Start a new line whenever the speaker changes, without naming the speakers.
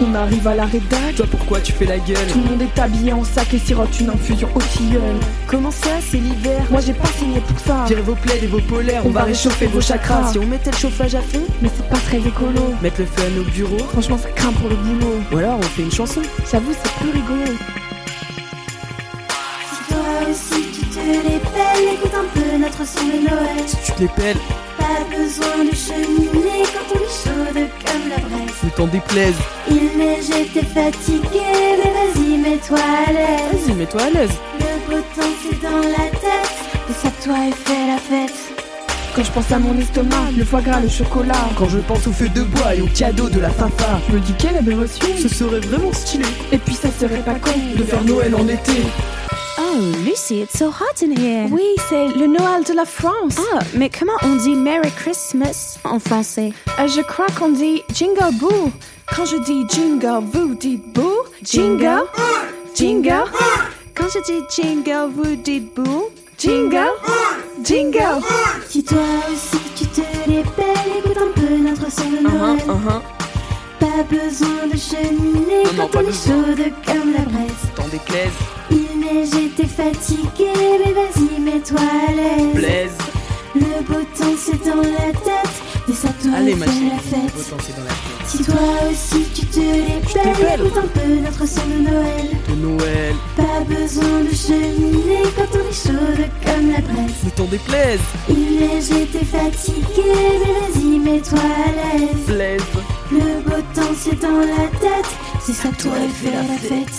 Il m'arrive à la rédac,
Toi pourquoi tu fais la gueule
tout le monde est habillé en sac et sirote une infusion au tilleul.
Comment ça, c'est l'hiver
Moi j'ai pas signé pour ça,
Tirez vos plaies et vos polaires, on, va réchauffer vos chakras
chakras.
Si
Si on mettait le chauffage à fond
mais c'est pas très écolo.
on mettre le feu à nos bureaux
Franchement ça craint pour le boulot,
Ou alors on fait une chanson
j'avoue c'est plus rigolo.
Toi aussi tu te les pelles, écoute un peu notre son de Noël.
Si tu te les pelles,
Pas besoin de cheminée quand on est chaude comme la braise.
ne t'en déplaise
Il neige et t'es fatigué, mais vas-y mets-toi à l'aise.
Vas-y mets-toi à l'aise
Le beau temps c'est dans la tête, déchappe-toi et fais la fête.
Quand je pense à mon estomac, le foie gras, le chocolat,
Quand je pense au feu de bois et au cadeau de la fafa
je me dis quelle avait reçu.
Ce serait vraiment stylé
Et puis ça serait pas con
de faire Noël en été
Oh, Lucy, it's so hot in here
Oui, c'est le Noël de la France.
Ah, mais comment on dit Merry Christmas en français
Euh, je crois qu'on dit Jingle Boo. Quand je dis Jingle, vous dites Boo. Jingle, Jingle,
Quand je dis jingle, vous dites boo
Jingle, Jingle.
Si toi aussi tu te les pelles, écoute un peu notre son
Uh-huh,
de Noël. Pas besoin de cheminée
Non, non,
quand
pas
on est
besoin.
chaude comme la braise.
T'en déplaise,
Il neige et t'es fatigué, mais vas-y, mets-toi à l'aise.
plaise
Le beau temps c'est dans la tête, mais ça toi
Allez
et
ma
fais
chérie,
la
beau
fête.
temps, c'est dans la tête
Si toi aussi tu te les pelles,
belle.
écoute un peu notre son de Noël.
De Noël,
Pas besoin de cheminée quand on est chaude comme la braise.
ne t'en déplaise,
Il neige et t'es fatigué, mais vas-y, mets-toi à l'aise.
plaise
Le beau temps c'est dans la tête, c'est ça toi et fais la fête.